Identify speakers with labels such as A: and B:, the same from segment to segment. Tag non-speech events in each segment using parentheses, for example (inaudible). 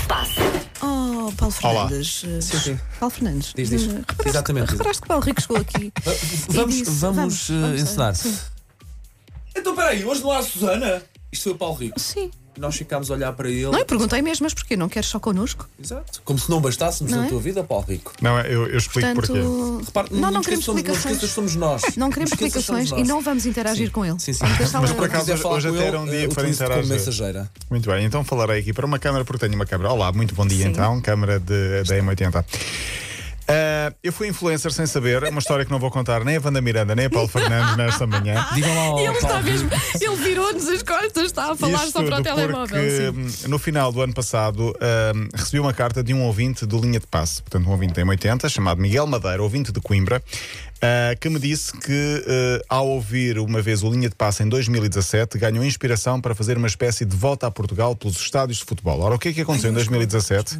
A: se passa.
B: Oh, Paulo Fernandes. eh,
C: Sim, sim.
B: Paulo Fernandes.
C: Diz, diz.
B: eh, reparaste-
C: Exatamente.
B: Reparaste que Paulo Rico chegou aqui. e
D: Vamos,
B: disse,
D: vamos, eh,
B: vamos,
D: encenar.
B: sim.
C: Então peraí, hoje não há a Susana? Isto foi o Paulo Rico.
B: Sim.
C: Nós ficámos a olhar para ele.
B: Não, é? eu perguntei mesmo, mas porquê? Não queres só connosco?
C: Exato. Como se não bastássemos
B: Não
C: na
B: é?
C: tua vida, Paulo Rico.
E: Não, é, eu, eu explico porquê.
B: Portanto.
C: Repare,
B: não, não
C: esqueças
B: queremos
C: somos-
B: explicações.
C: Não esqueças somos nós.
B: Não queremos
C: Não esqueças somos
B: explicações
C: nós.
B: e não vamos interagir com ele.
D: Sim, sim.
B: Vamos deixá-lo-
E: Mas por acaso-
C: Quiser falar
E: hoje
C: com
E: até
C: ele,
E: era um dia
C: eh,
E: para
C: utilize como
E: interagir.
C: mensageira.
E: Muito bem, então falarei aqui para uma câmara, porque tenho uma câmara. Olá, muito bom dia
B: Sim.
E: então, câmara de, da M80. Ah, eu fui influencer sem saber, uma história que não vou contar nem a Wanda Miranda nem a Paulo Fernandes nesta manhã.
D: Digam lá ao
B: Ele está
D: Paulo.
B: mesmo. (laughs) Ele virou-nos as costas, está a falar
E: Isto
B: só para o
E: tudo
B: telemóvel. Sim.
E: Porque hum, no final do ano passado hum, recebi uma carta de um ouvinte do Linha de Passe, portanto, um ouvinte em 80, chamado Miguel Madeira, ouvinte de Coimbra, ah, que me disse que eh, ao ouvir uma vez o Linha de Passe em 2017 ganhou inspiração para fazer uma espécie de volta a Portugal pelos estádios de futebol. Ora, o que é que aconteceu em 2017?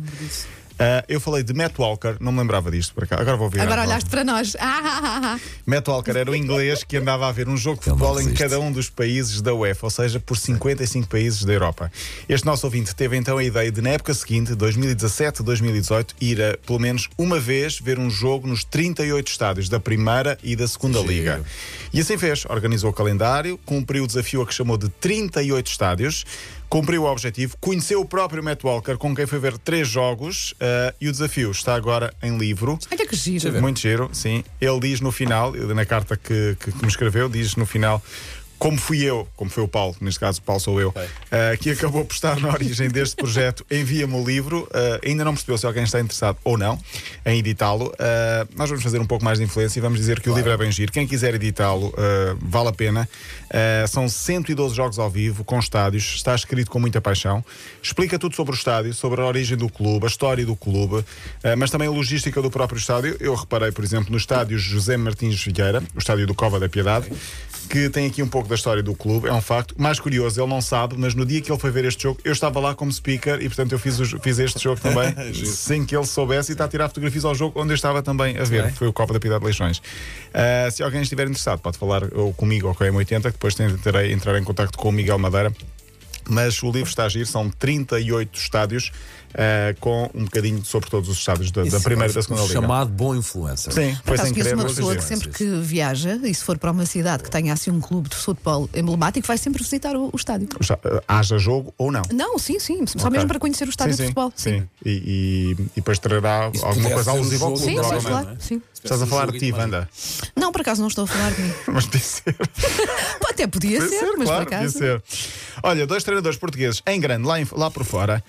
E: Ah, eu falei de Matt Walker, não me lembrava disto por acaso. Agora vou virar.
B: Agora olhaste para nós. (laughs) Ah, ah, ah, ah.
E: Matt Walker era o inglês que andava a ver um jogo de
D: Ele não
E: futebol em
D: resiste.
E: cada um dos países da UEFA, ou seja, por 55 países da Europa. Este nosso ouvinte teve então a ideia de, na época seguinte, 2017, 2018, ir a, pelo menos uma vez ver um jogo nos 38 estádios da Primeira e da Segunda Liga. E assim fez. Organizou o calendário, cumpriu o desafio a que chamou de 38 estádios, cumpriu o objetivo, conheceu o próprio Matt Walker, com quem foi ver três jogos, eh, e o desafio está agora em livro.
B: Olha que giro.
E: Muito giro, sim. Ele diz no final, na carta que, que- que me escreveu, diz no final. Como fui eu, como foi o Paulo, neste caso o Paulo sou eu, eh, que acabou por estar na origem deste projeto, envia-me o livro. eh, ainda não percebeu se alguém está interessado ou não em editá-lo. Eh, nós vamos fazer um pouco mais de influência e vamos dizer que o livro é bem giro. Quem quiser editá-lo, eh, vale a pena. Eh, são 112 jogos ao vivo, com estádios, está escrito com muita paixão. Explica tudo sobre o estádio, sobre a origem do clube, a história do clube, eh, mas também a logística do próprio estádio. Eu reparei, por exemplo, no estádio José Martins Vieira, o estádio do Cova da Piedade, que tem aqui um pouco da história do clube, é um facto. Mais curioso, ele não sabe, mas no dia que ele foi ver este jogo, eu estava lá como speaker e, portanto, eu fiz, o jo- fiz este jogo também, sem que ele soubesse, e está a tirar fotografias ao jogo onde eu estava também a ver.
D: bem.
E: Foi o Copa da Piedade de Leixões. Ah, se alguém estiver interessado, pode falar ou comigo ou com a M80, que depois tentarei entrar em contato com o Miguel Madeira. Mas o livro está a agir, são 38 estádios, ah, com um bocadinho sobre todos os estádios da, da
C: Isso,
E: primeira e da
C: o
E: segunda liga.
D: Chamado bom influencer.
E: Sim,
B: Por
E: foi
B: acaso
E: sem
B: conheço
E: querer.
B: uma
E: mas
B: pessoa
E: agir.
B: que sempre que viaja, e se for para uma cidade que tenha assim um clube de futebol emblemático, vai sempre visitar o, o estádio.
E: O está- ah, Haja jogo ou não.
B: Não, sim, sim, só
E: Ok.
B: mesmo para conhecer o estádio
E: Sim,
B: de
E: sim,
B: futebol.
E: Sim, E, e- e depois trará
C: Isso
E: alguma
C: pudesse
E: coisa
C: ser um
E: alusiva ao
C: jogo
E: clube,
B: Sim, sim,
C: Provavelmente,
E: provavelmente.
B: claro,
C: não é?
B: sim.
E: Estás a falar
C: Um
E: de
C: jogo
E: ti,
C: e de
E: Wanda, (laughs)
B: Não, por acaso não estou a falar de mim.
E: mas podia ser.
B: Até podia
E: Podia
B: ser, mas
E: claro,
B: por acaso.
E: podia ser. Olha, dois treinadores portugueses em grande, lá, em- lá por fora.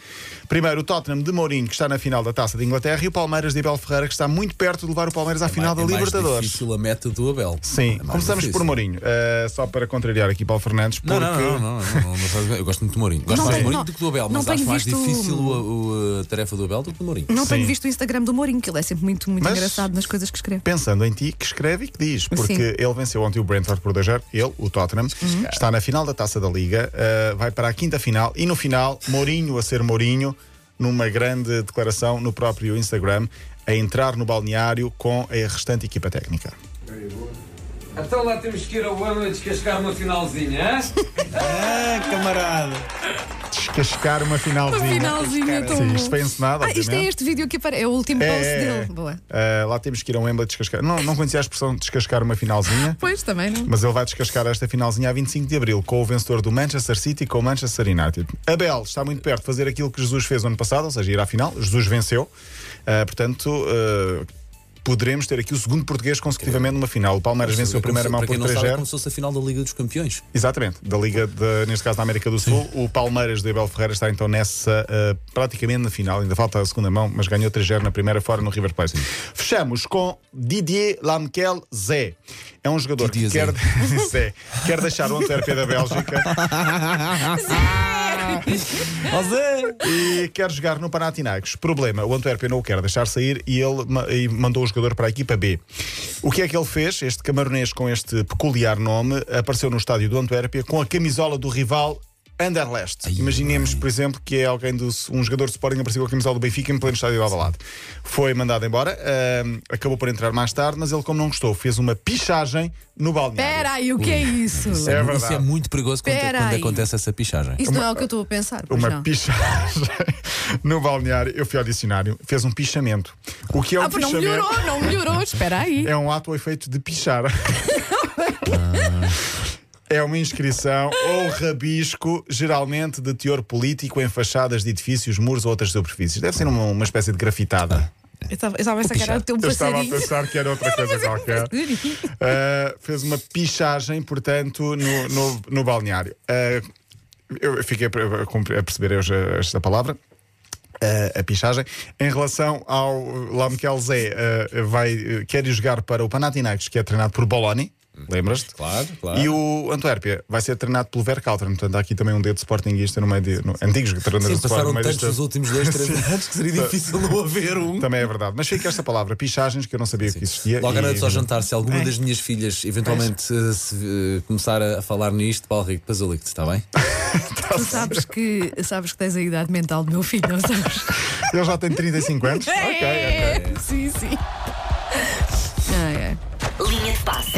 E: Primeiro, o Tottenham de Mourinho, que está na final da Taça de Inglaterra, e o Palmeiras de Abel Ferreira, que está muito perto de levar o Palmeiras à final
C: É
E: da
C: mais
E: Libertadores.
C: difícil a meta do Abel. É
E: Sim,
C: mais
E: começamos
C: difícil.
E: por Mourinho, eh, só para contrariar aqui Paulo Fernandes, porque
D: Não, não, não, não, não, não, não faz- Eu gosto muito do Mourinho. Gosto
B: Não
D: mais do
B: tenho-
D: Mourinho
B: não-
D: do que do Abel,
B: não
D: mas acho
B: tenho
D: mais
B: visto-
D: difícil o- o- a tarefa do Abel do que do Mourinho.
B: Não tenho
E: Sim.
B: visto o Instagram do Mourinho, que ele é sempre muito, muito
E: Mas-
B: engraçado nas coisas que escreve.
E: pensando em ti, que escreve e que diz, porque
B: Sim.
E: ele venceu ontem o Brentford por 2 ele, o Tottenham,
B: Uhum.
E: está na final da Taça da Liga, eh, vai para a quinta final e no final, Mourinho a ser Mourinho, numa grande declaração no próprio Instagram, a entrar no balneário com a restante equipa técnica.
F: Então lá temos que é ir ao ano a descascar uma finalzinha, hã?
E: Descascar uma
B: Uma
E: finalzinha.
B: finalzinha tão
E: Sim,
B: bom.
E: isto foi encenado,
B: então. Ah, isto é
E: obviamente.
B: este vídeo que aparece. É o último
E: É,
B: post
E: é, é.
B: dele. Boa.
E: Eh, lá temos que ir a um Wembley descascar. Não, não conhecia a expressão descascar uma finalzinha.
B: Pois, também não.
E: Mas ele vai descascar esta finalzinha a 25 de Abril com o vencedor do Manchester City e com o Manchester United. Abel está muito perto de fazer aquilo que Jesus fez ano passado, ou seja, ir à final. Jesus venceu. Ah, portanto, ah, poderemos ter aqui o segundo português consecutivamente numa final. O Palmeiras venceu a primeira mão
D: para
E: por
D: quem É. não sabe, é
E: 3-0.
D: como se fosse a final da Liga dos Campeões.
E: Exatamente, da Liga, de- neste caso da América do Sul. O Palmeiras de Abel Ferreira está então nessa, eh, praticamente na final, ainda falta a segunda mão, mas ganhou 3-0 na primeira, fora no River Plate. Fechamos com Didier Lamquel Zé. É um jogador
D: Didier
E: que quer, (laughs) Zé, quer deixar o Antuérpia da Bélgica e quer jogar no Panathinaikos. Problema, o Antuérpia não o quer deixar sair e ele ma- e mandou o jogador para a equipa B. O que é que ele fez? Este camaronês com este peculiar nome apareceu no estádio do Antuérpia com a camisola do rival Anderlecht.
D: Ai,
E: Imaginemos, por exemplo, que é alguém do um jogador de Sporting apareceu com a camisola do Benfica em pleno estádio de Alvalade. Foi mandado embora, ahm, acabou por entrar mais tarde, mas ele, como não gostou, fez uma pichagem no balneário.
B: Espera aí, o que é isso?
E: É verdade.
D: Isso é muito perigoso quando,
B: Espera
D: quando
B: aí.
D: acontece essa pichagem.
B: Isso não é o que eu estou a pensar. pois
E: uma
B: não.
E: pichagem no balneário. Eu fui ao dicionário, fez um pichamento. O que é um
B: Ah, pois não
E: pichamento?
B: melhorou, não melhorou. Espera aí.
E: É um ato ou efeito
B: (laughs)
E: de pichar. É uma inscrição ou rabisco, geralmente de teor político, em fachadas de edifícios, muros ou outras superfícies. Deve ser uma, uma espécie de grafitada.
B: Eu estava- eu estava a sacar o teu
E: Eu estava
B: um
E: a
B: passarinho.
E: pensar é que era (laughs) outra coisa qualquer. Uh, fez uma pichagem, portanto, no, no, no balneário. Uh, eu fiquei a per- a compre- a perceber hoje esta palavra. uh, a pichagem. Em relação ao uh, Lamkel Zé, uh, vai, uh, quer ir jogar para o Panathinaikos, que é treinado por Boloni, lembras-te?
D: Claro, claro.
E: E o Antuérpia vai ser treinado pelo Verkaltern, portanto há aqui também um dedo sportinguista no meio de. No, antigos treinadores
D: Sim,
E: de Sporting no
D: passaram
E: meio
D: tantos
E: deste-
D: nos últimos dois,
E: (laughs)
D: três anos que seria
E: Tá.
D: difícil não haver um.
E: Também é verdade. Mas fica esta palavra, pichagens, que eu não sabia que existia.
D: Logo à noite ao
E: e...
D: jantar, se alguma das minhas filhas eventualmente eh, se, eh, começar a a falar nisto, Paulo Rico, depois eu ligo-te, está bem?
B: Tu sabes que, sabes que tens a idade mental do meu filho, não sabes?
E: Ele já tem 35 (laughs)
B: É.
E: anos. ok, ok.
B: Sim, sim. Ai, ai.
A: Linha de passe.